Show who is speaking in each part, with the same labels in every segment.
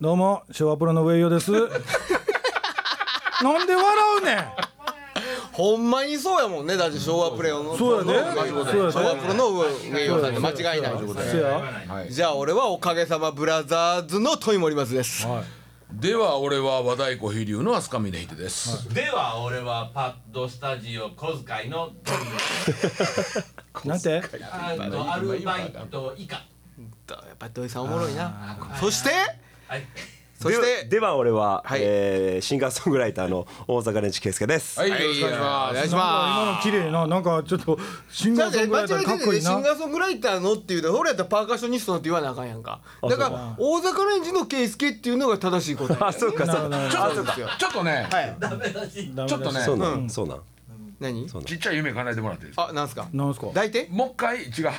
Speaker 1: どうも昭和プロの上与です なんで笑うねん
Speaker 2: ほんまにそうやもんねだって昭和プレーの
Speaker 1: そうやねそうやね
Speaker 2: 昭和プロの上洋さんで間違いないということ
Speaker 1: せ
Speaker 2: で
Speaker 1: や
Speaker 2: じゃあ俺はおかげさまブラザーズの問森松です
Speaker 3: では俺は和太鼓飛龍の飛鳥峰秀です、
Speaker 4: では俺はパッドスタジオ小遣いのドミ
Speaker 1: なんて
Speaker 4: ノとアルバイト以下
Speaker 2: やっぱ土井さんおもろいなそして
Speaker 4: はい
Speaker 2: そして
Speaker 5: では俺は、
Speaker 2: はい
Speaker 5: えーシンガーソングライターの大坂根地圭介です、
Speaker 3: はい、
Speaker 2: はい
Speaker 3: よろしくお願い
Speaker 2: お
Speaker 3: します
Speaker 2: 願いし
Speaker 1: 今の
Speaker 2: ます
Speaker 1: 綺麗ななんかちょっとシン
Speaker 2: じゃ
Speaker 1: ガー
Speaker 2: あ
Speaker 1: ソ
Speaker 2: ね
Speaker 1: ング
Speaker 2: 間
Speaker 1: ラ
Speaker 2: 違
Speaker 1: イター
Speaker 2: え
Speaker 1: で
Speaker 2: て
Speaker 1: かっ
Speaker 2: る
Speaker 1: こ
Speaker 2: で
Speaker 1: い
Speaker 2: シ
Speaker 1: い
Speaker 2: ン
Speaker 1: な
Speaker 2: ガーソングライターのっていうの俺やったらパーカッショニストのって言わなあかんやんかだから大阪レンジの圭介っていうのが正しい答え
Speaker 5: あそうかそうか
Speaker 3: ちょ
Speaker 5: あ
Speaker 3: っ
Speaker 5: そうか
Speaker 3: とちょっとね、
Speaker 4: ダメだし
Speaker 1: ダメ
Speaker 3: ちょっとね
Speaker 5: そうなん、そうなん
Speaker 2: 何
Speaker 3: ちっちゃい夢叶えてもらっていいですか
Speaker 2: あなんすか
Speaker 1: なんすか
Speaker 2: 抱いて
Speaker 3: もう一回違う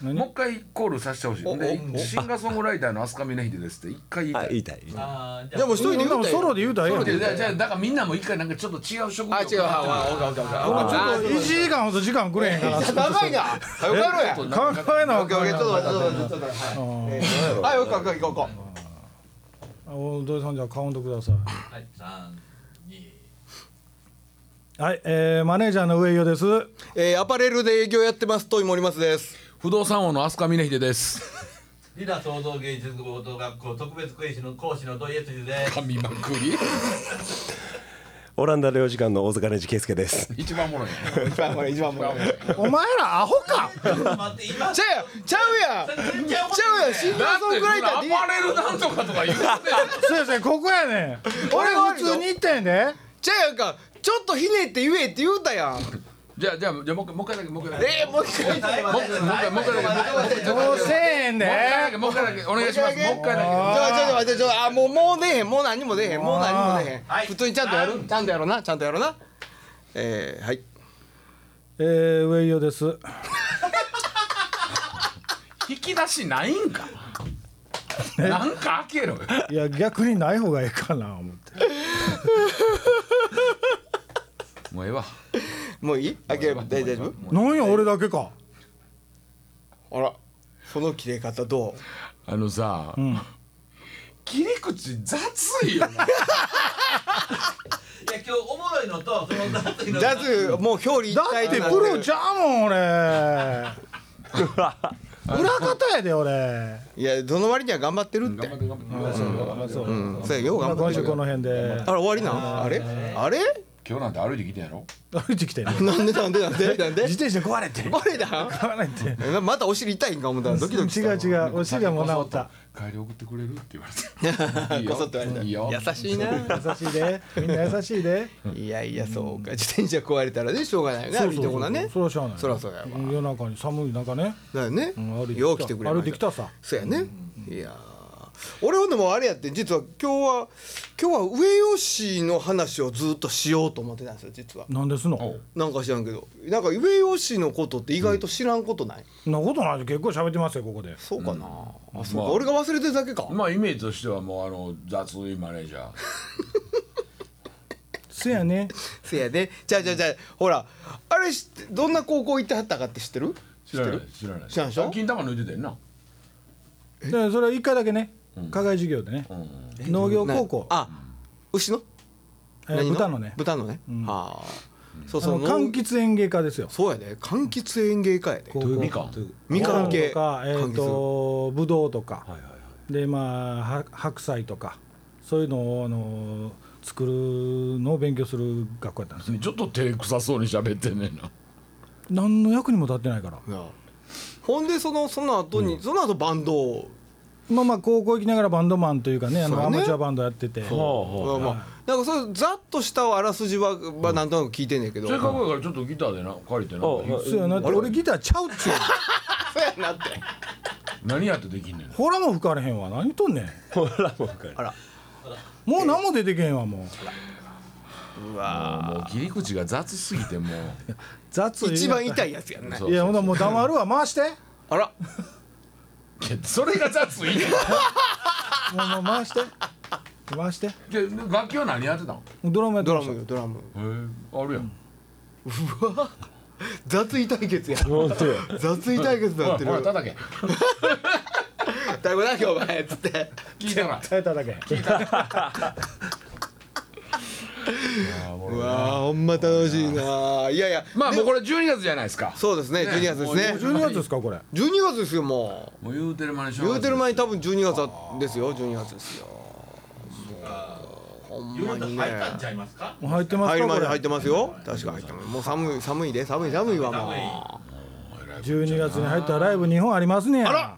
Speaker 3: もう一回コールさせてほし
Speaker 2: お
Speaker 3: いで
Speaker 2: お
Speaker 3: シンガーソングライターの飛鳥峰秀ですって一回言いた
Speaker 5: あ
Speaker 3: い
Speaker 5: 言いたい言いたい
Speaker 4: あーじ
Speaker 2: で
Speaker 4: ゃ
Speaker 2: も一人で言う
Speaker 1: も
Speaker 2: たら
Speaker 1: ソロで言うたらええやん
Speaker 3: じゃあじゃあだからみんなも一回なんかちょっと違う職業
Speaker 2: あ違うあオッケーオッケーオッケーオッ
Speaker 1: ち
Speaker 2: ケー
Speaker 1: ょっと1時間ほど時間くれへんから
Speaker 2: 長いな。はよ帰ろうや。
Speaker 1: 考えな
Speaker 2: オ
Speaker 1: あ
Speaker 2: ッ
Speaker 1: かん
Speaker 2: ケーオッケ
Speaker 1: や
Speaker 2: ー
Speaker 1: ん
Speaker 2: ちょっと待ってちょっと待ってちょっと待ってはい。はいオッケーオッケー行こう行こ
Speaker 1: お土井さんじゃあカウントください
Speaker 4: あはい三二
Speaker 1: はいえーマネージャーの上与です
Speaker 2: う。えーアパレルで営業やってますトイモリマスです。
Speaker 3: 不動産王の飛鳥峰秀です
Speaker 4: リラ創造芸術高等学校特別講師の講師の土井悦司です
Speaker 3: 噛みまくり
Speaker 5: オランダ領事館の大坂根地圭介です
Speaker 3: 一番おもろいね
Speaker 2: 一番これ一番もう。
Speaker 1: お前らアホか
Speaker 4: ちょっと待って今
Speaker 2: ちゃうやんちゃうやん
Speaker 4: 全然思っ
Speaker 2: ちゃうやんシンガーソングライター
Speaker 3: だっ
Speaker 2: で
Speaker 3: てアパレルなんとかとか 言うて
Speaker 1: そうやそうやここやねん俺普通に言ったんやで
Speaker 2: ちゃうやんか。ちょっとひねって言えって言うたやん。
Speaker 3: じゃあじゃあじゃあもう一回もう一回だけもう一回だけ
Speaker 2: えーもう一回。
Speaker 4: てもう
Speaker 3: もう一回もう一回だけもう一回だけ
Speaker 1: どうせえへんで
Speaker 3: もう一回だけもう一回だけお願いしますもう一回だけ
Speaker 2: ちょちょちょ待ってちょあもうもう出えへんもう何も出えへんもう何も出えへん。
Speaker 4: はい
Speaker 2: 普通にちゃんとやるちゃんとやろうなちゃんとやろうな。えーはい。
Speaker 1: えー上与です
Speaker 3: 引き出しないんかなんか開けろよ
Speaker 1: いや逆にない方がええかな思って
Speaker 3: もうええわ
Speaker 2: もういい？開ければ大丈夫？
Speaker 1: なんや俺だけか
Speaker 2: あらその切れ方どう？
Speaker 3: あのさ、
Speaker 1: ん
Speaker 3: 切り口雑いよな
Speaker 4: いや今日おもろいのとその雑いのと
Speaker 2: ジャズもう表裏一
Speaker 1: だっ
Speaker 2: 体と
Speaker 1: て
Speaker 2: な
Speaker 1: プ
Speaker 2: ってる
Speaker 1: ロちゃうもん俺 裏方やで俺
Speaker 2: いやどの割には頑張ってるって
Speaker 3: 頑張って頑張って
Speaker 1: そう
Speaker 2: うんそうやよう
Speaker 1: まあ
Speaker 2: 頑張っ
Speaker 1: 今
Speaker 2: て
Speaker 1: 週
Speaker 2: るよ
Speaker 1: この辺で
Speaker 2: あれ終わりなんあれあれ
Speaker 3: 今日なんて歩いてきてんやろ
Speaker 1: 歩いてき てね
Speaker 2: なんでなんでなんでなんで
Speaker 1: 自転車壊れてる
Speaker 2: バレだ
Speaker 1: 買わないって
Speaker 2: なまたお尻痛いんか思ったらドキドキし
Speaker 1: 違
Speaker 2: た
Speaker 1: う違うお尻はもう治った
Speaker 3: 帰り送ってくれるって言われ ていいよ
Speaker 2: こそっと言われた
Speaker 3: いいよ
Speaker 2: 優しいな
Speaker 1: 優しいでみんな優しいで
Speaker 2: いやいやそうか自転車壊れたらねしょうがないよね
Speaker 1: そ
Speaker 2: 歩
Speaker 1: う
Speaker 2: い
Speaker 1: そう
Speaker 2: てこなね
Speaker 1: そうそう
Speaker 2: そ
Speaker 1: そら
Speaker 2: ら
Speaker 1: しゃ
Speaker 2: そうやわ
Speaker 1: あない夜中に寒い中ね
Speaker 2: だよね
Speaker 1: うん歩いてきた
Speaker 2: よう来てくれま
Speaker 1: 歩い
Speaker 2: して
Speaker 1: きたさ
Speaker 2: そうやねいやー俺はでもあれやって実は今日は今日は上吉の話をずっとしようと思ってたんですよ実は
Speaker 1: なんですの
Speaker 3: おう
Speaker 2: なんか知らんけどなんか上吉のことって意外と知らんことない、
Speaker 1: そんなことないで結構喋ってますよここで
Speaker 2: そうかな、あそうか、
Speaker 3: まあ
Speaker 2: 俺が忘れてるだけか、
Speaker 3: まあイメージとしてはもうあの雑いマネージャー
Speaker 1: せやね
Speaker 2: せやねじゃあじゃあじゃあほらあれ知ってどんな高校行ってはったかって知ってる
Speaker 3: 知らない知らない
Speaker 2: 知らんでしょ
Speaker 3: 金玉抜いてたよな
Speaker 1: でそれは一回だけね課外授業でね
Speaker 3: うん
Speaker 1: 農業高校
Speaker 2: あ牛の
Speaker 1: えー
Speaker 2: 何
Speaker 1: 豚のね
Speaker 2: 豚のね、はあそう
Speaker 1: あ
Speaker 2: そ
Speaker 1: の
Speaker 2: う
Speaker 1: 柑橘園芸家ですよ
Speaker 2: そうやね柑橘園芸家やで
Speaker 1: 高校
Speaker 3: どういうみかん
Speaker 2: みかん系
Speaker 1: とか、えー、
Speaker 2: 柑橘
Speaker 1: とぶどうとか、でまあは白菜とかそういうのをあの作るのを勉強する学校やったんですよ
Speaker 3: ちょっと照れくさそうに喋ってんねんな
Speaker 1: 何の役にも立ってないから
Speaker 2: なあほんでそのその後に、その後バンドを
Speaker 1: まあまあ高校行きながらバンドマンというかねあの
Speaker 2: そう
Speaker 1: ア
Speaker 2: ね
Speaker 1: マチュアバンドやってて
Speaker 2: まあまあなんかそうざっとしたあらすじは、まあ、なんとなく聞いてんねんけど、
Speaker 3: それかっこいいからちょっとギターでな借りてな
Speaker 5: おう
Speaker 1: そうやなって俺ギターちゃうっ ちゅう
Speaker 2: そうやなって
Speaker 3: 何やってできんねん
Speaker 1: ほらも吹かれへんわ何言っとんねん
Speaker 5: ほらもう一回
Speaker 1: もう何も出てけへんわもう
Speaker 3: もう切り口が雑すぎてもう
Speaker 1: 雑言うやつ
Speaker 2: 一番痛いやつやんね
Speaker 3: そう
Speaker 1: いやほんならもう黙るわ回して
Speaker 2: あら
Speaker 3: いやそれが雑いねん
Speaker 1: もうもう回して回して
Speaker 3: じゃあ楽器は何やってたの
Speaker 1: ドラムやって
Speaker 2: ド
Speaker 1: ま
Speaker 2: ラ
Speaker 1: した
Speaker 2: ムよドラム
Speaker 3: へえあるやん
Speaker 2: 雑い対決や
Speaker 5: 本当や
Speaker 2: 雑い対決になって
Speaker 3: ほら
Speaker 2: る
Speaker 3: 叩け
Speaker 2: 太鼓だけお前」っつって
Speaker 3: 聞いてもらう
Speaker 1: 耐えただけ
Speaker 2: うわーほんま楽しいないやいや
Speaker 3: まあもうこれ12月じゃないですか
Speaker 2: そうですね12月ですね
Speaker 1: 12月ですかこれ
Speaker 2: 12月ですよも
Speaker 3: もう言うてる間にし
Speaker 2: う言うてる前に多分12月あですよ12月ですよほんま
Speaker 4: 夜
Speaker 2: に
Speaker 4: に
Speaker 2: ね
Speaker 4: 入ったんちゃいますか
Speaker 1: もう入ってますか
Speaker 2: 入る
Speaker 1: こ
Speaker 2: ま
Speaker 1: れ
Speaker 2: で入ってますよ確か入ってますもう寒い寒いで寒い寒いわもう
Speaker 1: 12月に入ったらライブ2本ありますねや
Speaker 5: あら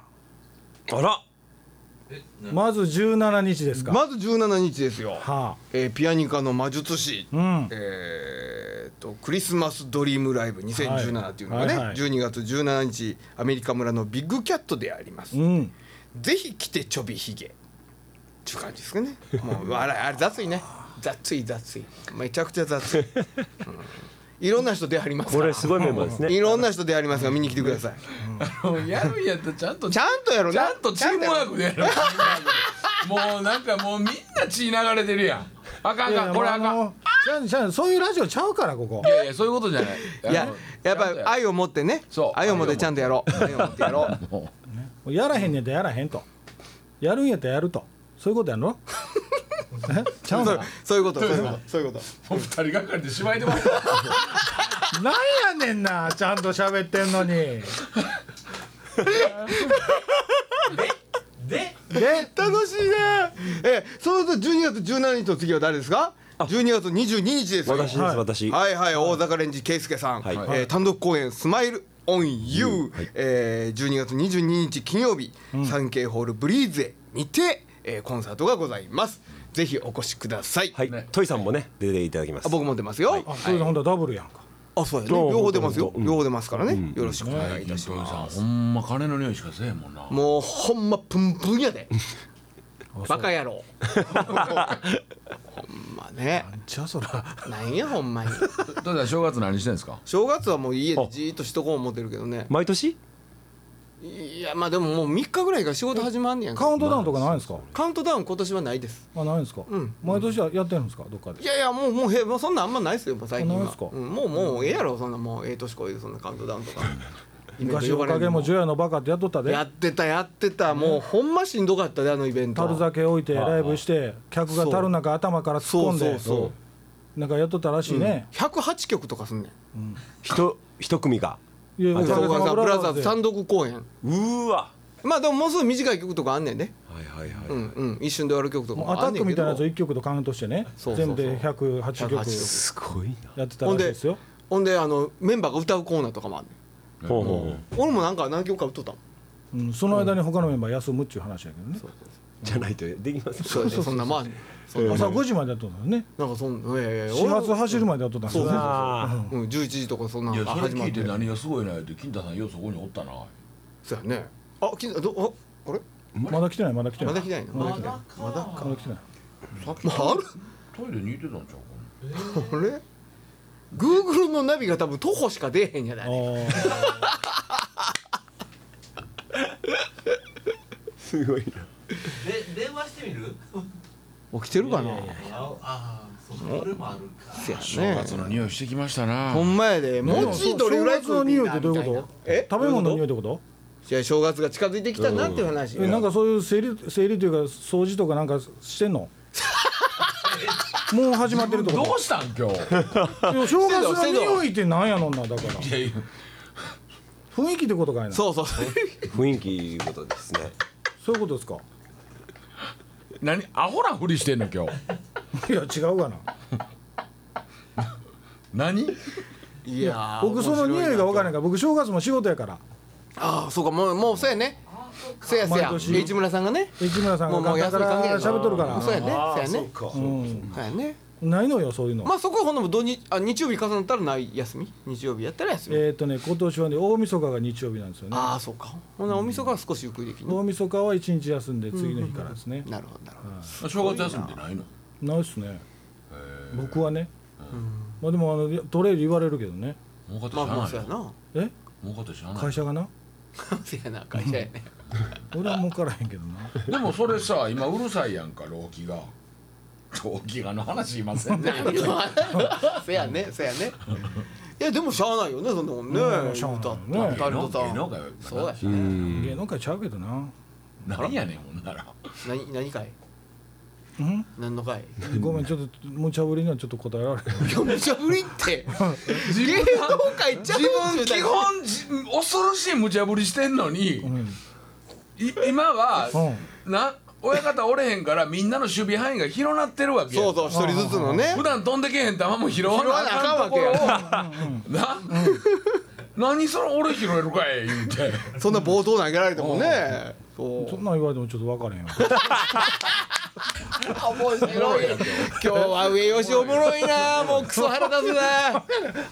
Speaker 4: えな
Speaker 1: まず17日ですか、
Speaker 2: まず17日ですよ
Speaker 1: は
Speaker 2: えーピアニカの魔術師
Speaker 1: あうん
Speaker 2: えーっとクリスマスドリームライブ2017っていうのがね、
Speaker 1: はいはい
Speaker 2: 12月17日アメリカ村のビッグキャットであります、
Speaker 1: うん
Speaker 2: ぜひ来てちょびひげっていう感じですかねもうあれあれ雑いね雑い雑いめちゃくちゃ雑い、うんいろんな人出はります
Speaker 5: こ
Speaker 2: から
Speaker 5: れすごいメンバーです
Speaker 2: い
Speaker 5: ね
Speaker 2: ろんな人出はりますが見に来てください
Speaker 3: やるんやったらちゃんと
Speaker 2: ちゃんとやろう
Speaker 3: ち
Speaker 2: な
Speaker 3: ゃんとチームワークでやるもうなんかもうみんな血流れてるやんあかんあかんこれあかんい
Speaker 1: ちゃんちゃんそういうラジオちゃうからここ
Speaker 3: やいやそういうことじゃない
Speaker 2: いややっぱり愛を持ってね
Speaker 3: そう
Speaker 2: 愛を持ってちゃんとやろう愛を持ってやろう
Speaker 1: もうやらへんねやったらやらへんとやるんやったらやるとそういうことやんろえちゃう
Speaker 2: そ
Speaker 1: の
Speaker 2: うそういうことそういうことそういうこと
Speaker 3: もう二人がかりでしま いでます
Speaker 1: なんやねんなちゃんと喋ってんのにで
Speaker 4: で
Speaker 2: 楽しいねえそうすると12月17日の次は誰ですか12月22日ですよ
Speaker 5: 私です私
Speaker 2: はいはい大阪レンジ圭介さん、
Speaker 5: はい
Speaker 2: えー単独公演「スマイルオンユー、えー12月22日金曜日、サンケイホールブリーズへにて、えーコンサートがございますぜひお越しください、
Speaker 5: はいトイさんもね出ていただきます
Speaker 2: あ僕も出ますよ、
Speaker 1: あそういうのほんとダブルやんか
Speaker 2: あそうやね両方出ますよ
Speaker 5: うん
Speaker 2: 両方出ますからね、よろしくお願いいたします、
Speaker 3: ほんま金の匂いしかせえへんもんな
Speaker 2: もうほんまプンプン やでバカ野郎ほんまね
Speaker 1: じゃあそら
Speaker 2: なんやほんまに
Speaker 3: ただ正月何してんですか
Speaker 2: 正月はもう家でじーっとしとこう思ってるけどね
Speaker 5: 毎年
Speaker 2: いやまあでももう3日ぐらいから仕事始まんねやん
Speaker 1: カウントダウンとかないんですか
Speaker 2: カウントダウン今年はないです
Speaker 1: あないんですか、
Speaker 2: ん
Speaker 1: 毎年はやってるんですかどっかで
Speaker 2: いやいやもうもうへもうそんなんあんまないですよもう最近
Speaker 1: あない
Speaker 2: は
Speaker 1: ですか
Speaker 2: うんもうもうええやろそんなもうええ年こいでそんなカウントダウンとかイベント
Speaker 1: 昔
Speaker 2: 呼
Speaker 1: お
Speaker 2: ばれ
Speaker 1: か
Speaker 2: る
Speaker 1: げ
Speaker 2: の
Speaker 1: も除夜のバカってやっとったで
Speaker 2: やってたやってたもうほんましんどかったであのイベント
Speaker 1: 樽酒置いてライブして客が樽の中頭から突っ込ん
Speaker 2: そう
Speaker 1: で
Speaker 2: そうそう
Speaker 1: なんかやっとったらしいね、
Speaker 2: 108曲とかすんねん
Speaker 5: 一一組が
Speaker 1: いやお
Speaker 2: そ
Speaker 1: か
Speaker 2: う
Speaker 1: げさまブ
Speaker 2: ブラ
Speaker 1: ラ
Speaker 2: ザ
Speaker 1: ザ
Speaker 2: ー
Speaker 1: ー
Speaker 2: ズ
Speaker 1: ズ
Speaker 2: 単独公演
Speaker 5: うーわ
Speaker 2: まあでももうすぐ短い曲とかあんねんね
Speaker 5: はいはいは
Speaker 2: う
Speaker 5: い
Speaker 2: んうん一瞬で終わる曲とか
Speaker 1: もうア
Speaker 2: も
Speaker 1: タ
Speaker 2: あ
Speaker 1: ッ
Speaker 2: んねん
Speaker 1: ク
Speaker 2: け
Speaker 1: みたい
Speaker 2: ど
Speaker 1: なやつを1曲とカウントしてね
Speaker 2: そうそうそ
Speaker 1: 全
Speaker 2: う
Speaker 1: 部で108曲
Speaker 2: 108
Speaker 5: すごいな
Speaker 1: やってた
Speaker 2: ほん
Speaker 1: らしい
Speaker 2: で
Speaker 1: ですよ
Speaker 2: ほんであのメンバーが歌うコーナーとかもあんねん
Speaker 5: ほうほうほう
Speaker 2: 俺もなんか何曲か歌っとったもん
Speaker 1: うん、その間に他のメンバー休むっていう話やけどね
Speaker 5: じゃないとできません
Speaker 2: そうやねそんなまあねそんな
Speaker 1: 朝5時までやっとったのね
Speaker 2: なんかそんないやいやいや
Speaker 1: 始発走るまでやっとったんですよね
Speaker 5: あ
Speaker 2: うん11時とかそんないの
Speaker 3: や
Speaker 2: が
Speaker 3: それ
Speaker 2: 始まっ
Speaker 3: 聞い
Speaker 2: て
Speaker 3: て何がすごいなって金太さんようそこにおったな
Speaker 2: そうやねあきどああれ
Speaker 1: まだ来てないまだ来てな
Speaker 2: ま
Speaker 1: い
Speaker 2: だ来てないのまだ来てないまだ
Speaker 1: まだ来てない
Speaker 3: さっき
Speaker 2: まあある
Speaker 3: トイレにいてたんちゃうか
Speaker 2: あれ Google のナビが多分徒歩しか出えへんやだ
Speaker 1: あ
Speaker 2: ね
Speaker 1: ー
Speaker 5: あすごいな
Speaker 4: で電話してみる
Speaker 2: 起きてるかな
Speaker 4: ああーそうそれもあるか
Speaker 2: せや
Speaker 3: 正
Speaker 2: ね
Speaker 3: 月の匂いしてきましたな
Speaker 2: ほんまやで
Speaker 1: でも
Speaker 2: 餅どれぐらい
Speaker 1: 正月の匂いってどういうこと
Speaker 2: え
Speaker 1: 食べ物の匂い
Speaker 2: い
Speaker 1: ってこと
Speaker 2: や正月が近づいてきたなっていう話
Speaker 1: えなんかそういう整理整理というか掃除とかなんかして んのもう始まってると
Speaker 3: ど
Speaker 1: こ
Speaker 3: うしたん今日
Speaker 1: といや正月の匂いってなんやのんなだから
Speaker 3: いやいや
Speaker 1: 雰囲気ってことかいなそ
Speaker 2: そ うそう
Speaker 5: 雰囲気いうことですね
Speaker 1: ういうこと ですか
Speaker 3: 何アホなふりしてんの今日
Speaker 1: いや違うかな
Speaker 3: 何
Speaker 2: い やー
Speaker 1: 僕その匂いが分からないから僕正月も仕事やから
Speaker 2: ああそうかもうもうそうやねそうやそうや
Speaker 1: 毎年
Speaker 2: 市村さんがね
Speaker 1: 市村さん
Speaker 2: もう
Speaker 1: が
Speaker 2: もう
Speaker 1: ガタ
Speaker 2: 休
Speaker 1: ガ
Speaker 2: み関係や
Speaker 1: タ喋っとるから
Speaker 2: そうやねそうやね
Speaker 5: か
Speaker 1: うん
Speaker 2: そうやね
Speaker 1: ないのよそういうの
Speaker 2: まあそこはほんでも土日あ日曜日重なったらない休み日曜日やったら休み、
Speaker 1: えーっとね今年はね大晦日が日曜日なんですよね
Speaker 2: ああそうかほなおみそが少しゆっくりできる、
Speaker 1: 大晦日は一日休んで次の日からですね
Speaker 2: なるほどなるほど、
Speaker 3: 正月休みってないの
Speaker 1: ないっすね僕はねまあでもあのトレール言われるけどね
Speaker 3: 儲かって知
Speaker 2: ま
Speaker 3: ら
Speaker 2: あまあ
Speaker 3: ない
Speaker 2: そうや
Speaker 3: よ
Speaker 2: な
Speaker 1: え
Speaker 3: 儲かって知らない
Speaker 1: 会社がな
Speaker 2: そうやな会社やね
Speaker 1: 俺は儲からへんけどな
Speaker 3: でもそれさ今うるさいやんか老気が老気がの話いませんね
Speaker 2: そうやねそうや ねいやでもしゃあないよねそんなもんね、
Speaker 1: うんしゃあないよね
Speaker 2: 歌ったりと
Speaker 3: 芸能
Speaker 2: さ
Speaker 3: 界は
Speaker 2: そうやしね、
Speaker 5: うん
Speaker 1: 芸能界ちゃうけどな
Speaker 3: 何やねんほんなら
Speaker 2: 何何回
Speaker 1: うん
Speaker 2: 何の回い
Speaker 1: ごめんちょっと無茶ぶりにはちょっと答えられない
Speaker 2: やむちゃぶり って芸能界ちゃう
Speaker 3: 自分
Speaker 2: ちゅう
Speaker 3: 基本じ恐ろしい無茶ぶりしてんのに、
Speaker 1: うん
Speaker 3: い今は、
Speaker 1: う
Speaker 3: な親方おれへんからみんなの守備範囲が広なってるわけや
Speaker 2: そうそう一人ずつのね
Speaker 3: 普段飛んでけへん球も拾わなあかんとこ
Speaker 2: 拾
Speaker 3: ろ
Speaker 2: わ
Speaker 3: を
Speaker 2: な
Speaker 3: な、何その俺拾えるかい言うて
Speaker 2: そんな冒頭投げられてもねそう
Speaker 1: そんなん言われてもちょっと分からへんわ
Speaker 2: 面白い今日は上吉おもろいなもうクソ腹立つな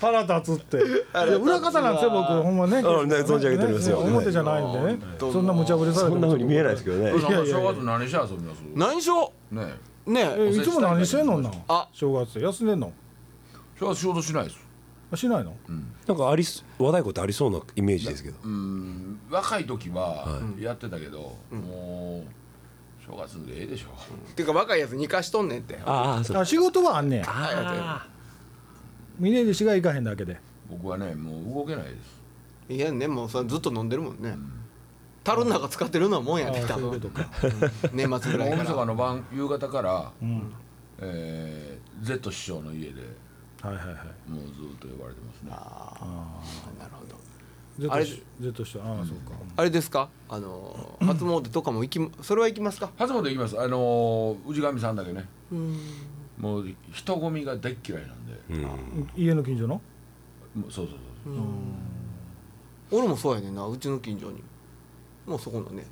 Speaker 1: 腹立つっていや裏方なんですよ僕ほんまね
Speaker 5: うんね存じ上げておりますよ
Speaker 1: ね表じゃないんでねそんな無茶ぶりされて
Speaker 5: そんな
Speaker 1: も
Speaker 5: 風に見えないですけどね
Speaker 3: なんか
Speaker 1: やいやいや
Speaker 3: 正月何して遊びます
Speaker 2: 何しよ
Speaker 3: ね
Speaker 2: うね
Speaker 1: えいつも何してんのんな
Speaker 2: あ
Speaker 1: 正月休んでんの
Speaker 3: 正月仕事しないです
Speaker 1: しないの
Speaker 5: なんかありそ和太鼓ってありそうなイメージですけど
Speaker 3: うん若い時はやってたけど、もう正月でええでしょ
Speaker 2: てか若いやつにかしとんねんって
Speaker 5: ああそう
Speaker 1: あ仕事はあんねや
Speaker 5: あ
Speaker 1: 峰岸が行かへんだけで
Speaker 3: 僕はねもう動けないです
Speaker 2: いやねもうそれずっと飲んでるもんね樽の中使ってるようなもんや
Speaker 1: あ
Speaker 2: ね
Speaker 1: ー
Speaker 2: 多
Speaker 1: そういうこと
Speaker 2: 分
Speaker 1: か
Speaker 2: 年末ぐらい
Speaker 3: 大
Speaker 2: か
Speaker 3: 晦日
Speaker 2: ら
Speaker 3: の晩夕方から、
Speaker 1: うん
Speaker 3: えー、Z 師匠の家で
Speaker 1: はいはいはい
Speaker 3: もうずっと呼ばれてますね
Speaker 2: あれ
Speaker 1: Z としてああそうか
Speaker 2: あれですかあのー初詣とかも行きそれは行きますか
Speaker 3: 初詣行きますあのー氏神さんだけねもう人混みが大っ嫌いなんで、
Speaker 5: あうん
Speaker 1: 家の近所の
Speaker 3: もうそうそうそう、
Speaker 2: 俺もそうやねんなうちの近所にもうそこのね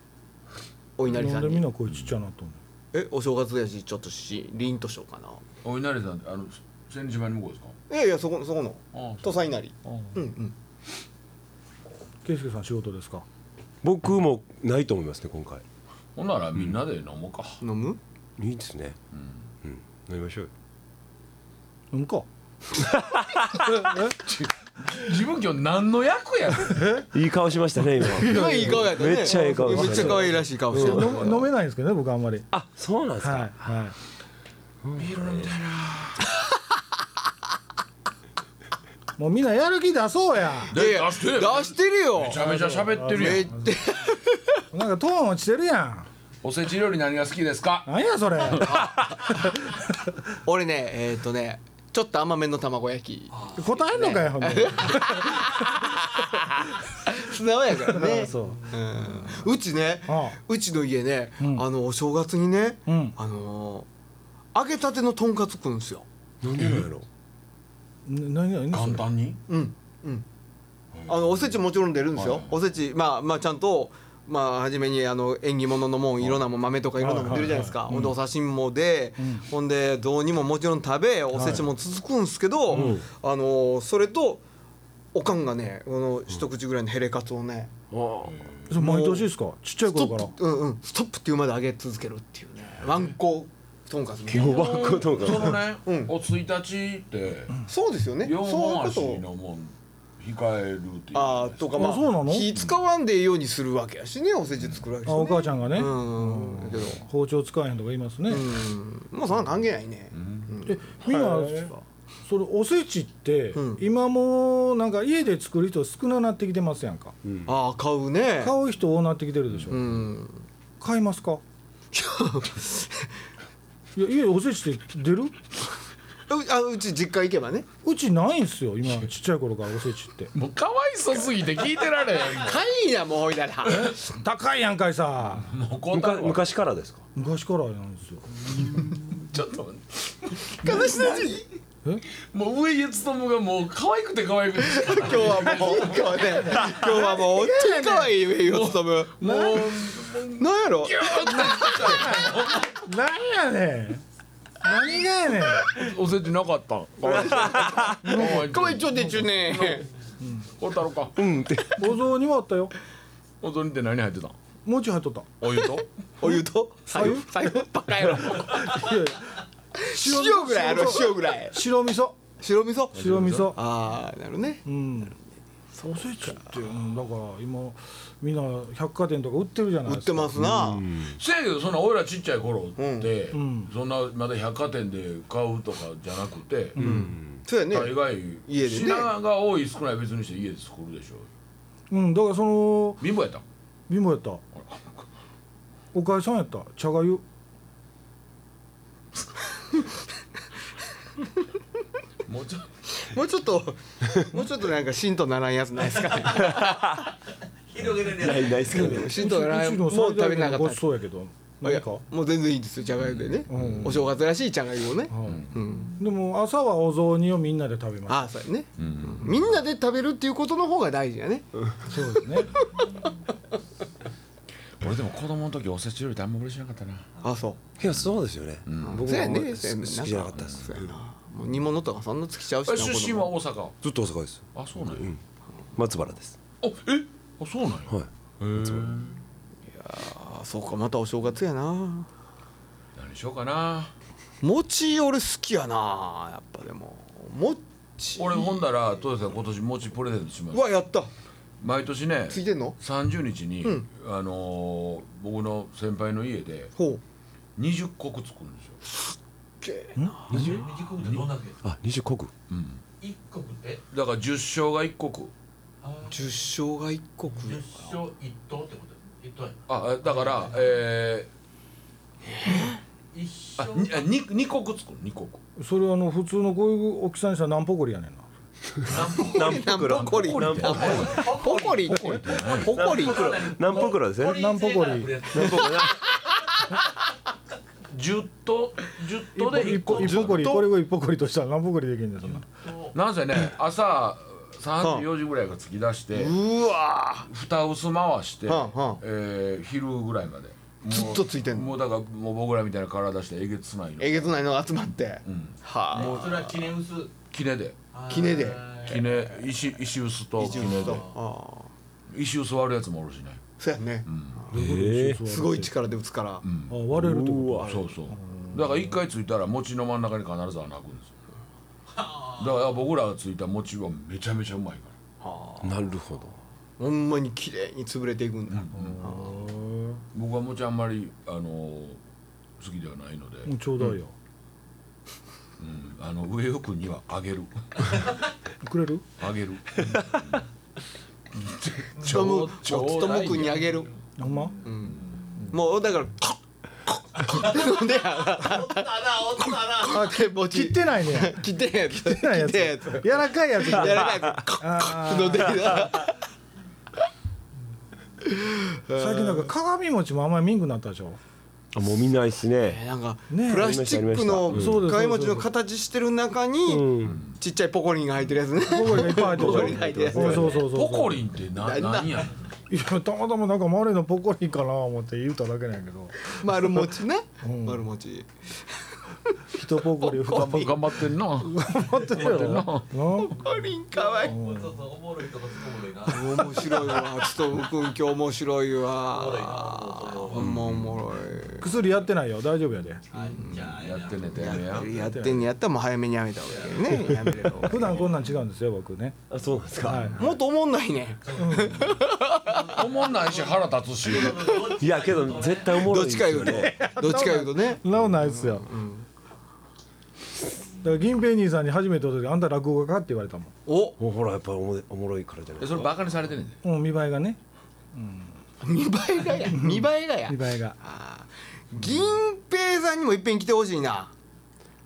Speaker 2: お稲荷
Speaker 1: な
Speaker 2: さ
Speaker 1: んで
Speaker 2: ん
Speaker 1: みん
Speaker 2: に
Speaker 1: な声ちっちゃなと思う
Speaker 2: えお正月やしちょっとし凛としようかな
Speaker 3: お稲荷さんあの千日前の向こうですか
Speaker 2: いやいやそこそこの
Speaker 3: あ
Speaker 2: 土佐稲荷
Speaker 3: あ
Speaker 2: うんうん
Speaker 1: 圭介さん仕事ですか
Speaker 5: 僕もないと思いますね今回
Speaker 3: ほんならみんなで飲もうか、
Speaker 2: 飲む
Speaker 5: いいですねうん飲みましょうよ
Speaker 1: うんか
Speaker 3: 自分今日何の役やねん
Speaker 5: いい顔しましたね今
Speaker 2: すごいいい顔やったね
Speaker 5: めっちゃいい顔して
Speaker 2: め
Speaker 5: る
Speaker 2: っちゃ可愛らしい顔して
Speaker 1: 飲
Speaker 2: る
Speaker 1: め飲めないんですけどね僕あんまり
Speaker 5: あそうなんです
Speaker 1: はい
Speaker 5: か
Speaker 1: はい
Speaker 3: ビール飲みたいな
Speaker 1: もうみんなやる気出そうや
Speaker 2: い
Speaker 3: で
Speaker 2: や
Speaker 3: 出して
Speaker 2: 出
Speaker 3: よ
Speaker 2: してるよ
Speaker 3: めちゃめちゃ喋ってる
Speaker 2: め
Speaker 3: や
Speaker 2: っ
Speaker 3: ん
Speaker 2: ち
Speaker 1: なんかトーン落ちてるやん
Speaker 3: おせち料理何が好きですか
Speaker 1: なんやそれ
Speaker 2: ゃ俺ねえっ、とねちょっと甘めの卵焼き
Speaker 1: 答えんのかよほんで
Speaker 2: 素直やか らね
Speaker 1: そう
Speaker 2: うんうちね
Speaker 1: ああ
Speaker 2: うちの家ね、
Speaker 1: ん
Speaker 2: あのお正月にね、
Speaker 1: うん
Speaker 2: あのー揚げたてのとんかつ食うんですよ
Speaker 5: なんでなんやろ
Speaker 1: な何何そ
Speaker 3: 簡
Speaker 1: れ
Speaker 3: 単に
Speaker 2: うんうんあのおせちもちろん出るんですよ、おせちまあまあちゃんとまあ初めにあの縁起物のもんいろんなもん豆とかいろんなもん出るじゃないですか、ほんでお刺身もで、ほんでどうにももちろん食べおせちも続くんですけど、あのーそれとおかんがねこの一口ぐらいのヘレカツをね、
Speaker 1: それ毎年ですかちっちゃい
Speaker 2: スト
Speaker 1: 頃から
Speaker 2: ップ、うんうん、ストップっていうまで揚げ続けるっていうねワンコとんかつみたいな
Speaker 5: おばんことか
Speaker 3: そのね、
Speaker 2: うん
Speaker 3: お1日って
Speaker 2: そうですよね。
Speaker 3: 4
Speaker 2: そう
Speaker 3: 本
Speaker 2: いう
Speaker 3: 足
Speaker 2: こと。
Speaker 3: のもん控えるっていうじゃな
Speaker 2: あ
Speaker 3: い
Speaker 2: あ
Speaker 3: ですか
Speaker 2: とかまあ
Speaker 1: あそうなの
Speaker 2: 火使わんでいいようにするわけやしねおせち作るわけで
Speaker 1: あ
Speaker 2: すよね。
Speaker 1: お母ちゃんがね
Speaker 2: うんだけど
Speaker 1: 包丁使えへんとか言いますね
Speaker 2: うんもうそんなん関係ないね。
Speaker 1: えみんなそれおせちって
Speaker 2: うん
Speaker 1: 今もうなんか家で作る人少ななってきてますやんか
Speaker 2: ああ買うね。
Speaker 1: 買う人多なってきてるでしょ
Speaker 2: うん。
Speaker 1: 買いますかいや家おせちって出る
Speaker 2: うあうち実家行けばね。
Speaker 1: うちないんすよ今ちっちゃい頃からおせちって
Speaker 3: もうかわいそすぎて聞いてられへん
Speaker 2: はいやもうほいだら。
Speaker 1: 高いやんかいさ
Speaker 3: もうこう
Speaker 5: む
Speaker 3: た
Speaker 5: か
Speaker 3: るわ
Speaker 5: 昔からですか
Speaker 1: 昔からなんですよ
Speaker 3: ちょっと待って
Speaker 2: 悲しい。
Speaker 3: もう上家勤がもう可愛くて可愛くてしかな
Speaker 2: 今
Speaker 3: い
Speaker 2: 日はもう今日はね今日はもう本当に可愛い上よつとむ。
Speaker 3: もう
Speaker 2: なんやろ。
Speaker 1: なんやねん何がやねん
Speaker 3: おせちなかったんかわいそうか
Speaker 2: 可
Speaker 3: わ
Speaker 2: 愛い
Speaker 3: い
Speaker 2: ちょっとちゅうね。
Speaker 3: おたろか
Speaker 5: うんって
Speaker 1: お雑煮もあったよ
Speaker 3: お雑煮って何入ってたん
Speaker 1: 餅入っとった
Speaker 3: お湯と
Speaker 2: お湯と財布財布バカ野郎。
Speaker 1: いやいや
Speaker 2: 塩ぐらいある塩ぐらい。
Speaker 1: 白味噌
Speaker 2: 白味噌。
Speaker 1: 白味噌
Speaker 2: ああなるね。
Speaker 1: うんおせちってうんだから今みんな百貨店とか売ってるじゃない
Speaker 2: 売
Speaker 1: で
Speaker 2: っ
Speaker 1: すか
Speaker 2: てますな。
Speaker 3: せやけどそんな俺らちっちゃい頃って、
Speaker 1: ん
Speaker 3: そんなまだ百貨店で買うとかじゃなくて、
Speaker 2: そうやね。
Speaker 3: 大概
Speaker 2: 家でね
Speaker 3: 品が多い少ない別にして家で作るでしょ
Speaker 1: うんだからその
Speaker 3: 貧乏やったん
Speaker 1: 貧乏やったおかえさんやった茶がゆ
Speaker 3: もうちょっ
Speaker 2: もうちょっと もうちょっとなんかしんとならんやつないですか
Speaker 4: 広げれる
Speaker 5: な
Speaker 4: や
Speaker 5: いないですけどね
Speaker 2: しんとならんやつもう
Speaker 1: 最
Speaker 2: 食べ
Speaker 1: 大
Speaker 2: なか
Speaker 1: のご
Speaker 2: っ
Speaker 1: ちそうやけど
Speaker 2: たい
Speaker 1: 何
Speaker 2: や
Speaker 1: か、
Speaker 2: もう全然いいですよじゃがいもでね、
Speaker 1: うん
Speaker 2: お正月らしいじゃがいもをね、
Speaker 1: うん
Speaker 2: うん、
Speaker 1: でも朝はお雑煮をみんなで食べま
Speaker 2: ああそうやね、
Speaker 3: と、うん、
Speaker 2: みんなで食べるっていうことの方が大事やね、
Speaker 1: すそうですね
Speaker 3: 俺でも子供の時おせち料理ってあんま嬉しなかったな
Speaker 2: ああそう
Speaker 5: いやそうですよね、僕
Speaker 2: そう
Speaker 5: も
Speaker 2: やね
Speaker 5: 好き好きじゃなかったです
Speaker 2: そうやなもう煮物とかそんなつきちゃうしな
Speaker 3: え出身は
Speaker 2: 子供
Speaker 3: 大阪
Speaker 5: ずっと大阪です
Speaker 3: あそうなんや、
Speaker 5: 松原です
Speaker 3: あえあそうなんや
Speaker 5: はい
Speaker 2: ああそうかまたお正月やな
Speaker 3: 何しようかな
Speaker 2: 餅俺好きやなやっぱでも餅
Speaker 3: 俺ほんだらトヨさん今年餅プレゼントしま
Speaker 2: う
Speaker 3: す
Speaker 2: わやった
Speaker 3: 毎年ね
Speaker 2: ついてんの
Speaker 3: 30日に、
Speaker 2: うん
Speaker 3: あのー僕の先輩の家で
Speaker 2: ほう
Speaker 3: 20石作るんですよ、
Speaker 2: け
Speaker 4: 二十国ってどんだけ
Speaker 5: あ二十国
Speaker 3: うん、
Speaker 4: 一国って
Speaker 3: だから10勝が1国
Speaker 2: 十勝が一国
Speaker 4: 十勝一頭ってこと一頭やな
Speaker 3: あだからえ
Speaker 4: 一
Speaker 3: ー、あ
Speaker 4: 生
Speaker 3: にあに二国作る2国
Speaker 1: それはあの普通のこういう大きさにしたら何ポコリやねんな
Speaker 5: 南
Speaker 2: ナンポコリナンポコリポコリってポコリ
Speaker 5: 南ポクラですね
Speaker 1: 南ポコリ
Speaker 5: 南ポクラ
Speaker 3: 10頭10頭で1個
Speaker 1: 一ポコリこれが一ポコリとしたら何ポコリできんねんそんな
Speaker 3: なんせね朝3時4時ぐらいから突き出して
Speaker 2: うわ
Speaker 3: 蓋薄回して、
Speaker 2: はあはあ
Speaker 3: えー昼ぐらいまで
Speaker 2: ずっとついてんの
Speaker 3: もうだからもう僕らみたいな体してえげつないの
Speaker 2: えげつないのが集まって
Speaker 3: うん
Speaker 2: は
Speaker 4: それは記念薄
Speaker 3: キネで
Speaker 2: 記念で
Speaker 3: キネ石石臼
Speaker 2: あ
Speaker 3: とキネで
Speaker 2: ああ
Speaker 3: 石臼割るやつもおるしね
Speaker 2: そうやね
Speaker 5: ええ
Speaker 2: すごい力で打つから
Speaker 1: あ割れるってこ
Speaker 3: そうそうだから一回ついたら餅の真ん中に必ず穴開くんですよだから僕らがついた餅はめちゃめちゃうまいか
Speaker 5: なるほど
Speaker 2: ほんまに綺麗に潰れていくんだ
Speaker 1: と
Speaker 3: ら僕は餅あんまりあのー好きではないので、
Speaker 1: もうちょうだいよ、
Speaker 3: うんあの上よくにはあげる
Speaker 1: くれる
Speaker 3: あげる
Speaker 2: つとむ
Speaker 3: ちょう
Speaker 2: つと
Speaker 3: だい
Speaker 2: むくんにあげる
Speaker 1: ほんま
Speaker 2: もうだからカッカッカッで
Speaker 4: おったなおったな
Speaker 2: あで餅
Speaker 1: 切ってないねや
Speaker 2: 切ってんやつ切っ
Speaker 1: 切ってないやつ
Speaker 2: てんや
Speaker 1: 柔ら かいやつ
Speaker 2: つやらないやつカッ
Speaker 1: あ
Speaker 2: ので
Speaker 1: ー最近なんか鏡餅もあんまりミンクになったでしょ
Speaker 5: あもう見ないですね
Speaker 2: なんか
Speaker 1: ねえ
Speaker 2: プラスチックの
Speaker 5: ありま
Speaker 1: したありましたうん
Speaker 2: 貝餅の形してる中に
Speaker 5: ん
Speaker 2: ちっちゃいポコリンが入ってるやつね
Speaker 1: ポコリがいっぱい入ってるでしょ
Speaker 2: ポコリが入ってるやつ
Speaker 1: そうそうそうそう
Speaker 3: ポコリンってな
Speaker 2: 何だ
Speaker 3: 何やねん
Speaker 1: いやたまたまなんかマレーのポコリかな思って言うただけなんやけど
Speaker 2: 丸餅ね
Speaker 1: ん
Speaker 2: 丸餅
Speaker 1: 一ポコリ二ポコリ
Speaker 3: 頑張ってんな
Speaker 1: 張ってるよな
Speaker 2: ポコリンかわいい
Speaker 4: そうそうおもろいとこすごいおもろいな
Speaker 2: 面白いわつとむくん今日面白い
Speaker 4: おもろいな
Speaker 2: わほんまおもろい
Speaker 1: 薬やってないよ大丈夫やで
Speaker 4: はいじゃあ
Speaker 3: やってねてやめや
Speaker 2: やってんのやったらもう早めにやめた方がいいねやめれば
Speaker 1: 普段こんなん違うんですよ僕ね
Speaker 5: あそうなんですか
Speaker 1: は
Speaker 2: もっとおもんないね
Speaker 3: おもんないし腹立つし
Speaker 5: いやけど絶対おも
Speaker 2: ど
Speaker 5: ろい
Speaker 2: っ
Speaker 5: で
Speaker 2: ち
Speaker 5: す
Speaker 2: か言
Speaker 5: よ
Speaker 2: うと
Speaker 5: ね
Speaker 2: どっちか言うとね
Speaker 1: いなおないっすよだから銀平兄さんに初めて会った時あんた落語家かって言われたも
Speaker 2: お
Speaker 5: もうほらやっぱおもろいおもろいからじゃない
Speaker 3: えそれバカにされてんねんで
Speaker 1: んうん見栄えがね
Speaker 2: 見栄えがや見栄えがや
Speaker 1: 見栄えが
Speaker 2: あー銀平さんにもいっぺん来てほしいな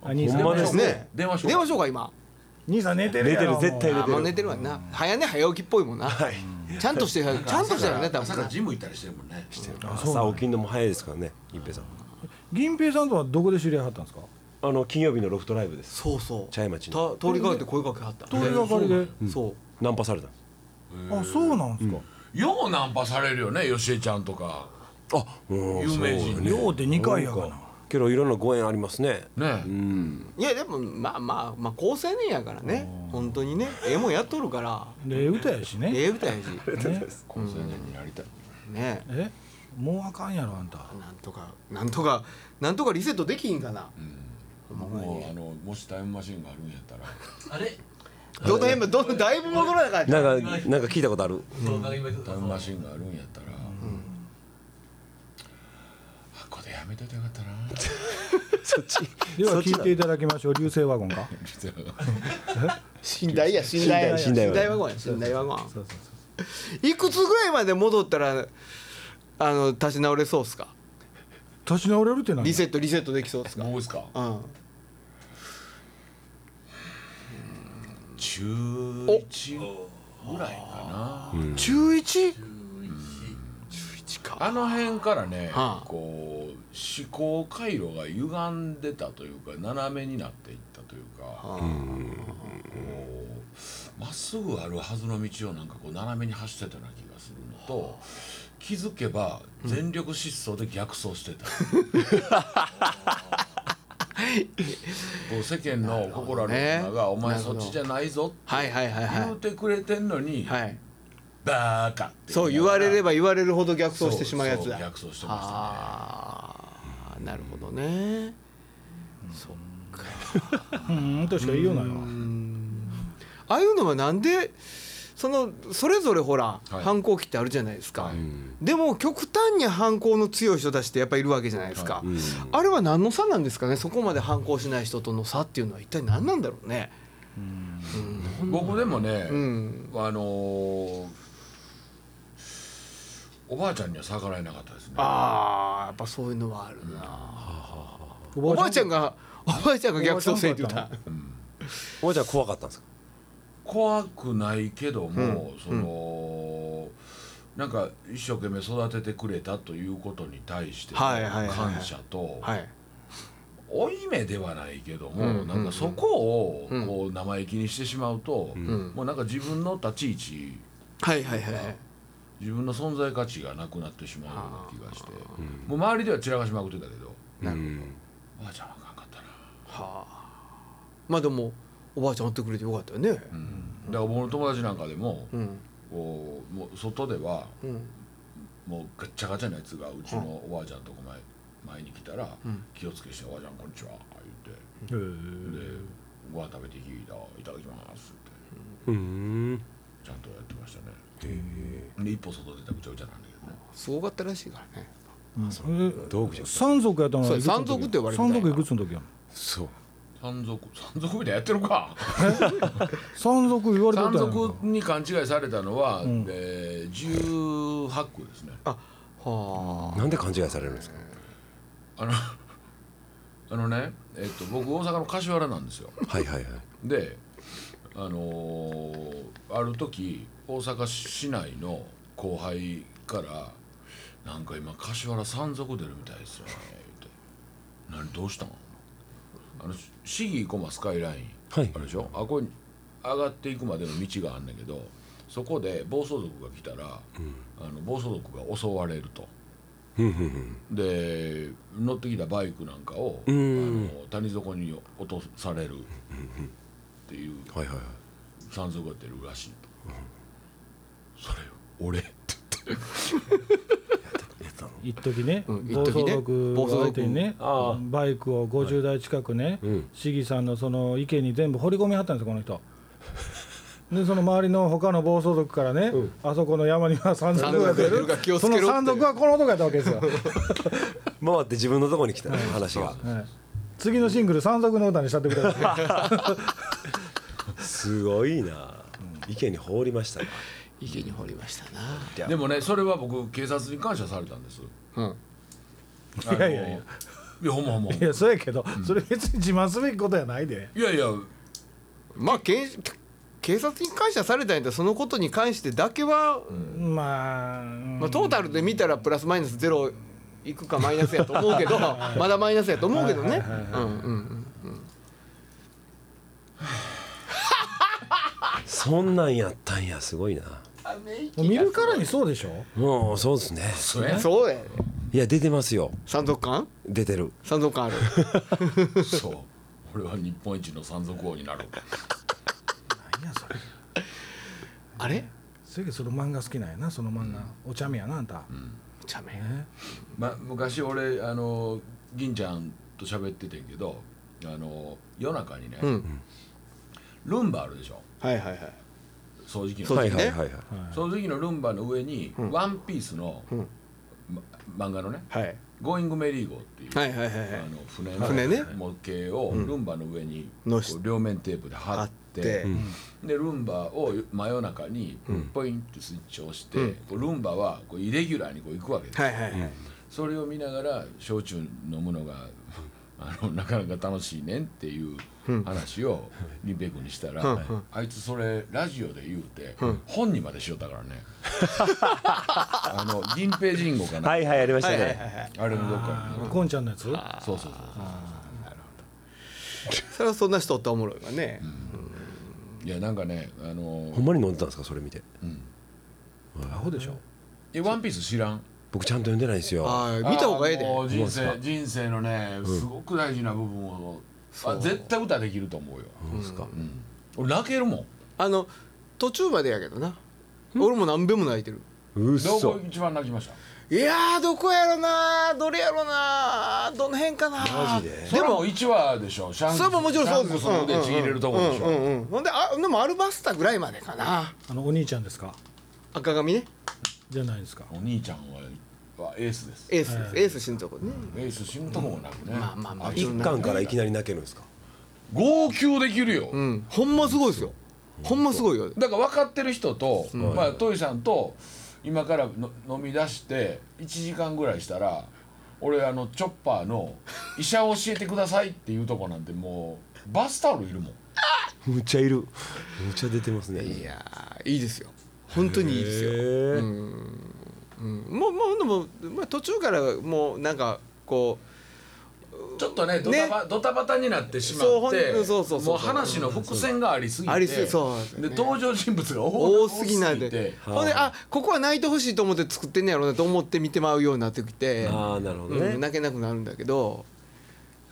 Speaker 1: あ兄さ
Speaker 5: ほんまです
Speaker 1: ん
Speaker 2: ね
Speaker 3: 電話しよう
Speaker 2: 電話しようか今
Speaker 1: 兄さん寝てるやろ
Speaker 5: 寝てる絶対
Speaker 2: あーもう寝てるわな早寝早起きっぽいもんなちゃんとしてちゃんとしてるね多
Speaker 3: 朝から
Speaker 2: 分
Speaker 3: ジム行ったりしてるもんね
Speaker 5: 朝起きんのも早いですからね一平さん
Speaker 1: 銀平さんとはどこで知り合いはったんですか
Speaker 5: あの金曜日のロフトライブです
Speaker 2: そうそう
Speaker 5: 茶屋町の
Speaker 2: た通りかかって声かけはった
Speaker 1: 通りがかりで
Speaker 2: そう
Speaker 5: ナンパされた
Speaker 1: あそうなんですか
Speaker 3: ようナンパされるよねよしえちゃんとか
Speaker 5: あうん
Speaker 3: 有名人
Speaker 5: そう
Speaker 1: 量って2回やか
Speaker 5: なん
Speaker 1: な
Speaker 5: けどいろんなご縁ありますね
Speaker 3: ね
Speaker 5: うん
Speaker 2: いやでもまあまあまあ高青年やからね本当にねええもんやっとるから
Speaker 1: で歌やしね
Speaker 2: ええ歌やし
Speaker 1: ね
Speaker 3: 高青年になりたい
Speaker 2: ね
Speaker 1: えもうあかんやろあんた
Speaker 2: なんとかなんとかなんとかリセットできひんかな
Speaker 3: もうあのもしタイムマシンがあるんやっ たら
Speaker 4: あれ
Speaker 2: どの辺もどのだいぶ戻らなかった
Speaker 5: なんかなんか聞いたことある
Speaker 4: そうなんか今
Speaker 3: タイムマシンがあるんやったら、あここでやめといてよかった な
Speaker 5: そっち
Speaker 1: では聞いていただきましょう流星ワゴンか
Speaker 2: 寝台や寝台
Speaker 5: 寝台
Speaker 2: 寝台ワゴンや寝台ワゴン
Speaker 1: そうそうそう
Speaker 2: いくつぐらいまで戻ったらあの立ち直れそうっすか
Speaker 1: 立ち直れるって何
Speaker 2: リセットリセットできそうですか、
Speaker 3: どうですか
Speaker 2: うん、
Speaker 3: 中1ぐらいかな
Speaker 2: 中一中一か
Speaker 3: あの辺からね、
Speaker 2: はあ
Speaker 3: こう思考回路が歪んでたというか斜めになっていったというか、こうまっすぐあるはずの道をなんかこう斜めに走ってたような気がするのと気づけば全力疾走で逆走してた、こう世間の心ある大人が「お前そっちじゃないぞ」って
Speaker 2: はいはいはい
Speaker 3: 言
Speaker 2: は
Speaker 3: うてくれてんのに
Speaker 2: いはい
Speaker 3: 「バーカ」って
Speaker 2: そう言われれば言われるほど逆走してしまうやつ
Speaker 3: そ
Speaker 2: だ
Speaker 3: 逆走してましたね
Speaker 2: ああなるほどねそっか
Speaker 1: うんうんとしか言いようないわ
Speaker 2: ああいうのはなんでそのそれぞれほら、
Speaker 3: はい
Speaker 2: 反抗期ってあるじゃないですか、
Speaker 3: はい
Speaker 2: でも極端に反抗の強い人たちってやっぱいるわけじゃないですか、あれは何の差なんですかねそこまで反抗しない人との差っていうのは一体何なんだろうね
Speaker 3: 僕でもね、
Speaker 2: ん
Speaker 3: あのーおばあちゃんには逆らえなかったですね
Speaker 2: ああやっぱそういうのはあるな、お
Speaker 1: お
Speaker 2: ばあちゃん
Speaker 1: が
Speaker 2: がおばあちゃんが逆走せえって言った
Speaker 5: おばあちゃん怖かったんですか
Speaker 3: 怖くないけども、その、なんか一生懸命育ててくれたということに対しての
Speaker 2: はいはいはいはい
Speaker 3: 感謝と
Speaker 2: はい
Speaker 3: 負い目ではないけども、
Speaker 2: うんうんうん
Speaker 3: なんかそこを
Speaker 2: うん
Speaker 3: こう生意気にしてしまうと、
Speaker 2: ん
Speaker 3: もうなんか自分の立ち位置
Speaker 2: はいはいはいはい
Speaker 3: 自分の存在価値がなくなってしまうような気がして、もう周りでは散らかしまくってたけど
Speaker 5: うん
Speaker 3: おばあちゃんはあかんかったな
Speaker 2: はあまあでもおばあちゃん会ってくれてよかったよね
Speaker 3: だから僕の友達なんかでも
Speaker 2: うん
Speaker 3: こうもう外では
Speaker 2: うん
Speaker 3: もうガッチャガチャなやつがうちのおばあちゃんとこ前前に来たら
Speaker 2: うん
Speaker 3: 「気をつけしておばあちゃんこんにちは」言って
Speaker 1: え
Speaker 3: で「ご飯食べてきいたいただきます」って
Speaker 5: うん
Speaker 3: ちゃんとやってましたねで一歩外出たらぐちゃぐちゃなんだけどね
Speaker 2: すごかったらしいからね
Speaker 5: 道具じゃん
Speaker 1: 三族やったの
Speaker 2: そう
Speaker 1: いくつの時
Speaker 2: 山賊って呼ばれてたん
Speaker 1: 山
Speaker 2: や
Speaker 1: 賊いくつの時やの
Speaker 5: そう
Speaker 3: 山賊山賊みたいなやってるか
Speaker 1: 山賊言われてた
Speaker 3: 山
Speaker 1: んやんか
Speaker 3: 賊に勘違いされたのは、
Speaker 1: ん
Speaker 3: えー、18区ですね
Speaker 2: あは
Speaker 5: なんで勘違いされるんですか
Speaker 3: あのあのね、えっと、僕大阪の柏原なんですよ
Speaker 5: はいはいはい
Speaker 3: であのーある時大阪市内の後輩から「なんか今柏原山賊出るみたいですよね」って「何どうしたん?」あの市議駒スカイライン、
Speaker 5: はい
Speaker 3: あれでしょあこれ上がっていくまでの道があんだけどそこで暴走族が来たら、あの暴走族が襲われると。
Speaker 5: うんうん
Speaker 3: で乗ってきたバイクなんかを、
Speaker 5: ん
Speaker 3: あの谷底に落とされるっていう
Speaker 5: うんはいはいはい
Speaker 3: 山賊が出るらしいと、それ俺って
Speaker 1: 一時ね、
Speaker 2: うん
Speaker 1: 暴走
Speaker 2: 一時ね
Speaker 1: 族
Speaker 2: 暴
Speaker 1: を
Speaker 2: 走族
Speaker 1: 相手にね
Speaker 5: ああ
Speaker 1: バイクを50台近くね、
Speaker 5: うん
Speaker 1: 市議さんのその池に全部掘り込みはったんですよこの 人でその周りの他の暴走族からね、あそこの山には山賊が出
Speaker 2: 山賊が出る
Speaker 1: る
Speaker 2: から気をつ
Speaker 1: そ
Speaker 2: けろっ
Speaker 1: の
Speaker 2: て
Speaker 1: 山賊はこの男やったわけです よ、
Speaker 5: 回って自分のとこに来たね話が
Speaker 1: はい次のシングル「山賊の歌」にしたってください
Speaker 5: すごいな池に放りましたね
Speaker 2: あ池に掘りましたな
Speaker 3: でもねそれは僕警察に感謝されたんです
Speaker 2: うん
Speaker 1: いやいやいや
Speaker 3: あのいやほんまほん ま
Speaker 1: いやそうやけど、それ別に自慢すべきことやないで
Speaker 3: いやいや
Speaker 2: まあ警警察に感謝されたんやったらそのことに関してだけは、
Speaker 1: まあ、うん
Speaker 2: まあ、トータルで見たらプラスマイナスゼロいくかマイナスやと思うけど まだマイナスやと思うけどねうんうんうん
Speaker 5: そんなんやったんやすごいな
Speaker 1: 見るからにそうでしょ
Speaker 5: もうそうですね
Speaker 3: それ
Speaker 2: そうやね
Speaker 5: いや出てますよ
Speaker 2: 山賊感
Speaker 5: 出てる
Speaker 2: 山賊感ある
Speaker 3: そう俺は日本一の山賊王になる
Speaker 1: 何やそれ
Speaker 2: あれ
Speaker 1: それけどその漫画好きなんやなその漫画、お茶目やなあんた、
Speaker 2: お茶目
Speaker 1: ね
Speaker 3: ま、昔俺あの銀ちゃんと喋っててんけどあの夜中にね、
Speaker 2: うん
Speaker 3: ルンバあるでしょ
Speaker 2: はいはいはい
Speaker 3: 掃除機の
Speaker 2: そう
Speaker 5: は
Speaker 2: で
Speaker 5: い
Speaker 2: す
Speaker 5: は
Speaker 2: ね
Speaker 5: いはいはい
Speaker 3: 掃除機のルンバの上に、
Speaker 2: ん
Speaker 3: ワンピースの、
Speaker 2: うん
Speaker 3: ま、漫画のね
Speaker 2: はい
Speaker 3: 「ゴーイングメリーゴー」っていう、
Speaker 2: はいはいはいはい
Speaker 3: あの船の
Speaker 2: 船ね
Speaker 3: 模型をルンバの上にこ
Speaker 2: のし
Speaker 3: う両面テープで貼
Speaker 2: あ
Speaker 3: っ
Speaker 2: って
Speaker 3: て、でルンバを真夜中にポインってスイッチを押して、こうルンバはこうイレギュラーにこう行くわけです、
Speaker 2: はいはいはい
Speaker 3: それを見ながら焼酎飲むのが あのなかなか楽しいねんっていう話をリンペイ君にしたら、あいつそれラジオで言うて、本にまでしよったからねあの銀平人語かな、
Speaker 5: はいはいやりました
Speaker 2: はいはい
Speaker 5: ね
Speaker 2: はい
Speaker 3: あれのどっかに
Speaker 1: こんちゃんのやつ
Speaker 3: そうそうそう
Speaker 2: それはそんな人おったらおもろいわね、
Speaker 3: いやなんかねあの
Speaker 5: ほんまに飲んでたんですかそれ見て
Speaker 1: アホでしょ
Speaker 3: えワンピース知らん
Speaker 5: 僕ちゃんと読んでないんですよ
Speaker 2: ああ見た方がええで
Speaker 3: あーもう
Speaker 5: どう
Speaker 3: 人
Speaker 5: ですか
Speaker 3: 生人生のねすごく大事な部分を、あ絶対歌できると思うよ、
Speaker 5: そうですか
Speaker 3: うん俺泣けるもん
Speaker 2: あの途中までやけどな俺も何べも泣いてる
Speaker 5: うっ
Speaker 3: ど
Speaker 5: そ
Speaker 3: こ一番泣きました
Speaker 2: いやーどこやろなどれやろなどの辺かな
Speaker 5: マジで
Speaker 3: それはもう1話でしょシャンクス
Speaker 2: それももちろんそうです
Speaker 3: シャンクスでちぎれるとこでしょ、
Speaker 2: うんうんうんほんであでもアルバスタぐらいまでかな
Speaker 1: あのお兄ちゃんですか
Speaker 2: 赤髪ね
Speaker 1: じゃないですか
Speaker 3: お兄ちゃんははエースですエ
Speaker 2: エースです、エース死ぬとこね
Speaker 3: ース死ぬとこもなくね、
Speaker 2: まあまあまあ
Speaker 5: 一巻からいきなり泣けるんですか
Speaker 3: 号泣できるよ、
Speaker 2: うんほんますごいですよほんますごいよ
Speaker 3: だから分かってる人と、まあ、トイさんと今からの飲み出して1時間ぐらいしたら俺あのチョッパーの「医者教えてください」っていうとこなんてもうバスタオルいるもん
Speaker 5: むっちゃいるむっちゃ出てますね
Speaker 2: いやーいいですよ本当にいいですよ、
Speaker 5: へえ
Speaker 2: うんもうもうでも、まあ、途中からもうなんかこ
Speaker 3: ちょっとねドタバドタバタになってしま
Speaker 2: そうほ
Speaker 3: っ
Speaker 2: ん
Speaker 3: て
Speaker 2: そうそうそう
Speaker 3: もう話の伏線がありすぎて
Speaker 2: ありすそう
Speaker 3: で登場人物が
Speaker 2: う
Speaker 3: 多
Speaker 2: 多
Speaker 3: す
Speaker 2: す
Speaker 3: ぎ
Speaker 2: ぎ
Speaker 3: な
Speaker 2: なんん
Speaker 3: で
Speaker 2: でほんであここは泣いてほしいと思って作ってんねやろうなと思って見てまうようになってきて
Speaker 5: ああなるほど
Speaker 2: うん、
Speaker 5: ね
Speaker 2: 泣けなくなるんだけど、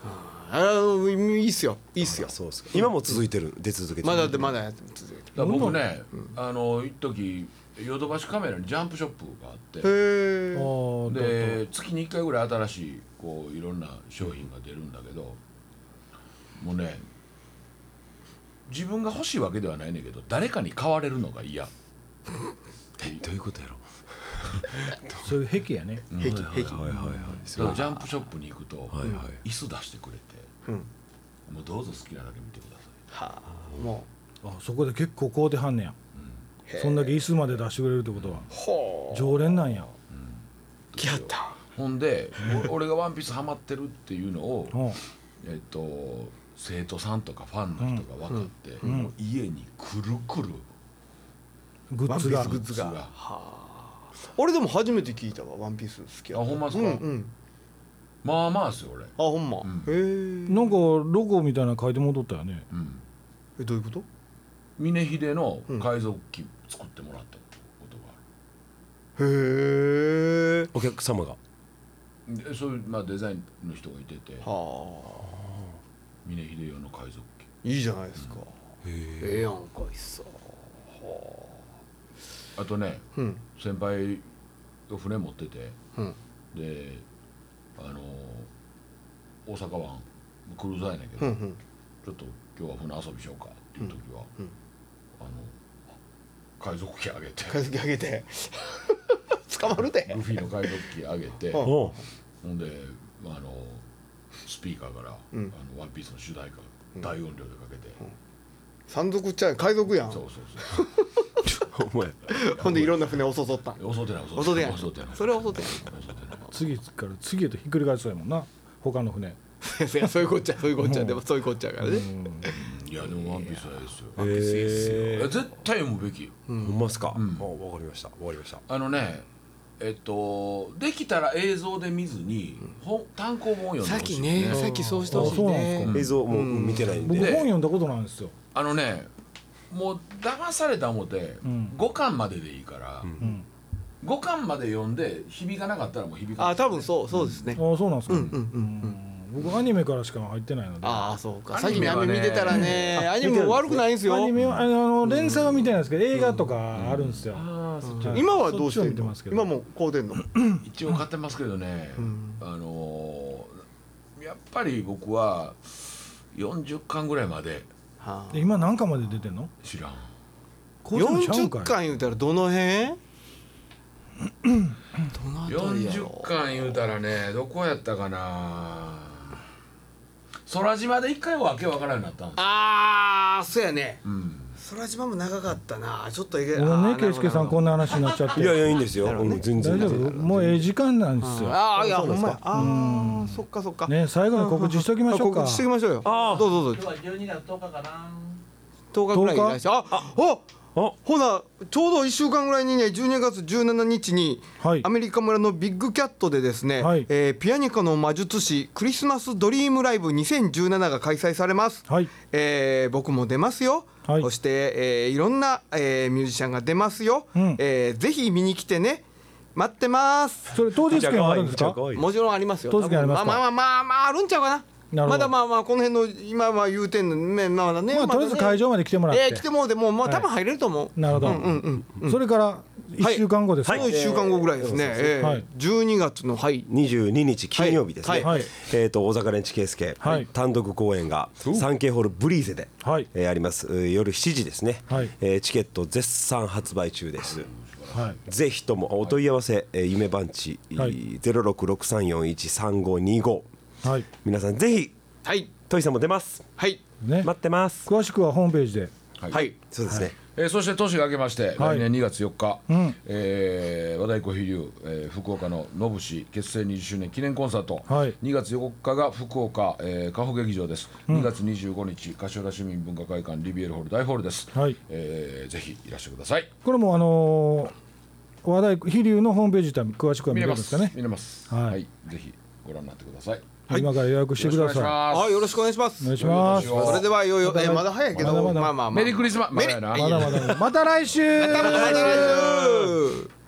Speaker 2: あーいいっすよいいっすよ
Speaker 5: そうですか今も続いてる出続けてる
Speaker 2: まだでまだやって続けて
Speaker 3: だから僕ね、あの一時ヨドバシカメラにジャンプショップがあって
Speaker 2: へえ
Speaker 1: お
Speaker 3: で月に1回ぐらい新しいこういろんな商品が出るんだけどもうね自分が欲しいわけではないねんけど誰かに買われるのが嫌
Speaker 5: えどういうことやろ
Speaker 1: そういう癖やね
Speaker 2: 平気
Speaker 5: はい
Speaker 2: 平気
Speaker 5: はいはいはい
Speaker 3: だからジャンプショップに行くと、
Speaker 5: はいは
Speaker 3: 椅子出してくれて、
Speaker 2: うん
Speaker 3: もうどうぞ好きなだけ見てくださ
Speaker 2: はあも
Speaker 1: あそこで結構買うてはんねや
Speaker 2: うへ
Speaker 1: そんだけ椅子まで出してくれるってことは
Speaker 2: ほう
Speaker 1: 常連なんや
Speaker 2: 来やった
Speaker 3: いほんでお 俺が「ワンピースハマってるっていうのを、
Speaker 1: うん
Speaker 3: えっと、生徒さんとかファンの人が分かって、もう家にくるくる
Speaker 1: グッズ
Speaker 2: ワ
Speaker 1: が
Speaker 2: ンピースグッズ
Speaker 3: グッズが
Speaker 2: が俺でも初めて聞いたわ「ワンピース好きや
Speaker 3: あほんまっすか
Speaker 2: うんうん
Speaker 3: まあまあですよ俺、
Speaker 2: あほんま、
Speaker 3: ん
Speaker 2: へえ
Speaker 1: なんかロゴみたいなの書いて戻ったよね
Speaker 3: うん、
Speaker 2: えどういうこと
Speaker 3: 峰秀の海賊機作ってもらったことがあ
Speaker 2: へえ
Speaker 5: お客様が
Speaker 3: る、でそういう、まあ、デザインの人がいてて
Speaker 2: はあ
Speaker 3: 峰秀用の海賊機
Speaker 2: いいじゃないですかええやんかいっそ
Speaker 3: あとね
Speaker 2: うん
Speaker 3: 先輩が船持ってて
Speaker 2: うん
Speaker 3: であの大阪湾クルーザーやねんけ
Speaker 2: う
Speaker 3: ど、
Speaker 2: んうん
Speaker 3: ちょっと今日は船遊びしようかっていう時は、
Speaker 2: うんうん
Speaker 3: あの海賊機あげて
Speaker 2: 片付け上げて 捕まるで
Speaker 3: ルフィの海賊機あげて
Speaker 2: うん
Speaker 3: ほ
Speaker 5: お
Speaker 3: んであのスピーカーから「
Speaker 2: うん
Speaker 3: あのワンピースの主題歌大音量でかけて、
Speaker 2: 山賊っちゃう海賊やん
Speaker 3: そう そう
Speaker 5: お前
Speaker 2: ほんでいろんな船を襲った
Speaker 3: そう襲ってない襲
Speaker 2: 襲ってない
Speaker 3: 襲ってない
Speaker 2: それは襲ってない
Speaker 3: 襲ってない
Speaker 1: 次から次へとひっくり返そうやもんな他の船
Speaker 2: いや そういうこっちゃそういうこっちゃでもそういうこっちゃやからね
Speaker 3: いやでも「ワンピースはええですよ
Speaker 5: え
Speaker 3: いや
Speaker 5: ー
Speaker 3: 絶対読むべき
Speaker 5: ほんまっすかあ
Speaker 3: ん
Speaker 5: わかりましたわかりました
Speaker 3: あのねえっとできたら映像で見ずに本単行本を読んで
Speaker 2: さっ
Speaker 3: ほし
Speaker 2: き
Speaker 3: い
Speaker 2: ねさっきそうしてほしい
Speaker 1: あそうなんです
Speaker 2: ね
Speaker 1: か
Speaker 5: 映像もう見てないん
Speaker 1: 僕
Speaker 5: で
Speaker 1: 本読んだことないんですよ
Speaker 3: あのねもう騙された思て、
Speaker 1: ん
Speaker 3: 五5巻まででいいから、
Speaker 1: ん
Speaker 3: 五5巻まで読んで響かなかったらもう響かない
Speaker 2: あ多分そうそうですね
Speaker 1: ああそうなんですか
Speaker 2: うんうんう
Speaker 1: う
Speaker 2: ん
Speaker 1: ん僕アニメからしか入ってないので
Speaker 2: ああそうかさ
Speaker 3: ア
Speaker 2: っ
Speaker 3: ニ
Speaker 2: き
Speaker 3: メ
Speaker 2: の
Speaker 3: はね
Speaker 2: 雨見てたらねアニメも悪くないんですよ
Speaker 1: アニメはあの連載は見てないんですけど映画とかあるんですよい
Speaker 2: 今はどうして
Speaker 1: そっちを見
Speaker 2: ん
Speaker 1: て
Speaker 2: の
Speaker 1: ますけど
Speaker 2: 今もうこうでんの
Speaker 3: 一応買ってますけどね、
Speaker 2: ん
Speaker 3: あのーやっぱり僕は40巻ぐらいまで
Speaker 2: はあ
Speaker 1: で今何巻まで出てんの
Speaker 3: 知らん
Speaker 2: 40
Speaker 1: 回
Speaker 2: 巻言うたら どの辺どの辺りや
Speaker 3: 40
Speaker 2: ろ
Speaker 3: 巻言うたらねどこやったかな空島で一回わけわからんようになったんですよ
Speaker 2: ああそうやね
Speaker 3: うん
Speaker 2: 空島も長かったなちょっとえげ
Speaker 1: ごめん
Speaker 2: あ
Speaker 1: ね
Speaker 2: ー
Speaker 1: 圭介さんこん
Speaker 2: な
Speaker 1: な話になっちゃって
Speaker 5: いやいやいいんですよ、うん全然
Speaker 1: 大丈
Speaker 5: 全
Speaker 1: 夫
Speaker 5: 然
Speaker 1: もうええ時間なんです
Speaker 2: るほど
Speaker 1: よ
Speaker 2: あーいや
Speaker 5: あそ
Speaker 2: ほ
Speaker 5: う
Speaker 2: ん
Speaker 5: なんです
Speaker 2: ま
Speaker 5: か
Speaker 2: やあーそっかそっか
Speaker 1: ね最後に告知しときましょうか
Speaker 2: あ告知しておきましょうよ
Speaker 5: あー
Speaker 2: どうぞどう
Speaker 4: 今
Speaker 2: ぞ
Speaker 4: 日は12月10日かな
Speaker 2: 10日ぐらいにいらっしゃああお
Speaker 5: あ
Speaker 2: ほなちょうど1週間ぐらいにね12月17日に、
Speaker 1: はい
Speaker 2: アメリカ村のビッグキャットでですね、
Speaker 1: はい
Speaker 2: えーピアニカの魔術師クリスマスドリームライブ2017が開催されます、
Speaker 1: はい
Speaker 2: えー僕も出ますよ、
Speaker 1: はい
Speaker 2: そして、えーいろんな、えーミュージシャンが出ますよ、
Speaker 1: うん
Speaker 2: えーぜひ見に来てね待ってます
Speaker 1: それ当日
Speaker 5: じゃあ
Speaker 1: 券は
Speaker 5: 可
Speaker 1: ある
Speaker 5: 愛
Speaker 1: ん
Speaker 5: い
Speaker 1: です
Speaker 5: じゃあ
Speaker 1: か
Speaker 5: 可愛い
Speaker 2: もちろんありますよ
Speaker 1: 当日券ありますか
Speaker 2: まあまあまあまああるんちゃうか
Speaker 1: な
Speaker 2: な
Speaker 1: るほど
Speaker 2: まだまあまあこの辺の今は言うてんのねまだね
Speaker 1: まあ
Speaker 2: だね
Speaker 1: とりあえず会場まで来てもらって
Speaker 2: えー来てもらってもうもう
Speaker 1: はい
Speaker 2: 多分入れると思う、
Speaker 1: なるほど、
Speaker 2: うんうん
Speaker 1: それから1週間後ですか、
Speaker 2: その1週間後ぐらいですね、えー
Speaker 1: はい
Speaker 2: 12月のはい
Speaker 5: 22日金曜日ですね、
Speaker 2: は
Speaker 1: は
Speaker 2: い
Speaker 1: い
Speaker 5: えー、と大阪レンチ圭介、
Speaker 1: はい
Speaker 5: 単独公演がサンケイホールブリーゼで、
Speaker 1: はい
Speaker 5: えーありますえー夜7時ですね、
Speaker 1: はい
Speaker 5: えーチケット絶賛発売中です、
Speaker 1: はい
Speaker 5: ぜひともお問い合わせ、えー夢番地、
Speaker 1: はい
Speaker 5: 0663413525
Speaker 1: はい
Speaker 5: 皆さんぜひ
Speaker 2: はい
Speaker 5: トイさんも出ます
Speaker 2: はい
Speaker 1: ね
Speaker 5: 待ってます
Speaker 1: 詳しくはホームページで
Speaker 3: はい
Speaker 2: はい
Speaker 5: そうですね、
Speaker 3: えーそして年が明けまして、
Speaker 1: はい
Speaker 3: 来年2月4日、
Speaker 1: うん
Speaker 3: えー和太鼓飛龍、えー福岡のノブ氏結成20周年記念コンサート、
Speaker 1: はい
Speaker 3: 2月4日が福岡、えー、加穂劇場です、2月25日柏原市民文化会館リビエルホール大ホールです、
Speaker 1: はい
Speaker 3: えーぜひいらしてください
Speaker 1: これもあのー、話題飛龍のホームページで詳しくは見
Speaker 3: 見
Speaker 1: れ
Speaker 3: れ
Speaker 1: るん
Speaker 3: ま
Speaker 1: です
Speaker 3: す
Speaker 1: かね
Speaker 3: 見れます
Speaker 1: はい
Speaker 3: ぜひご覧になってください
Speaker 1: 今から予約してください
Speaker 3: よ
Speaker 2: あ
Speaker 3: ろしくお願いします
Speaker 2: よろしくお願いし
Speaker 1: お
Speaker 2: ます
Speaker 1: 願いします
Speaker 3: お願いしま
Speaker 2: それではいよいよ、えーまだ早いけど
Speaker 1: まだまだ
Speaker 2: まあまあまあ
Speaker 3: メリークリスマスまだやな
Speaker 1: まだまだまた来週
Speaker 2: また来週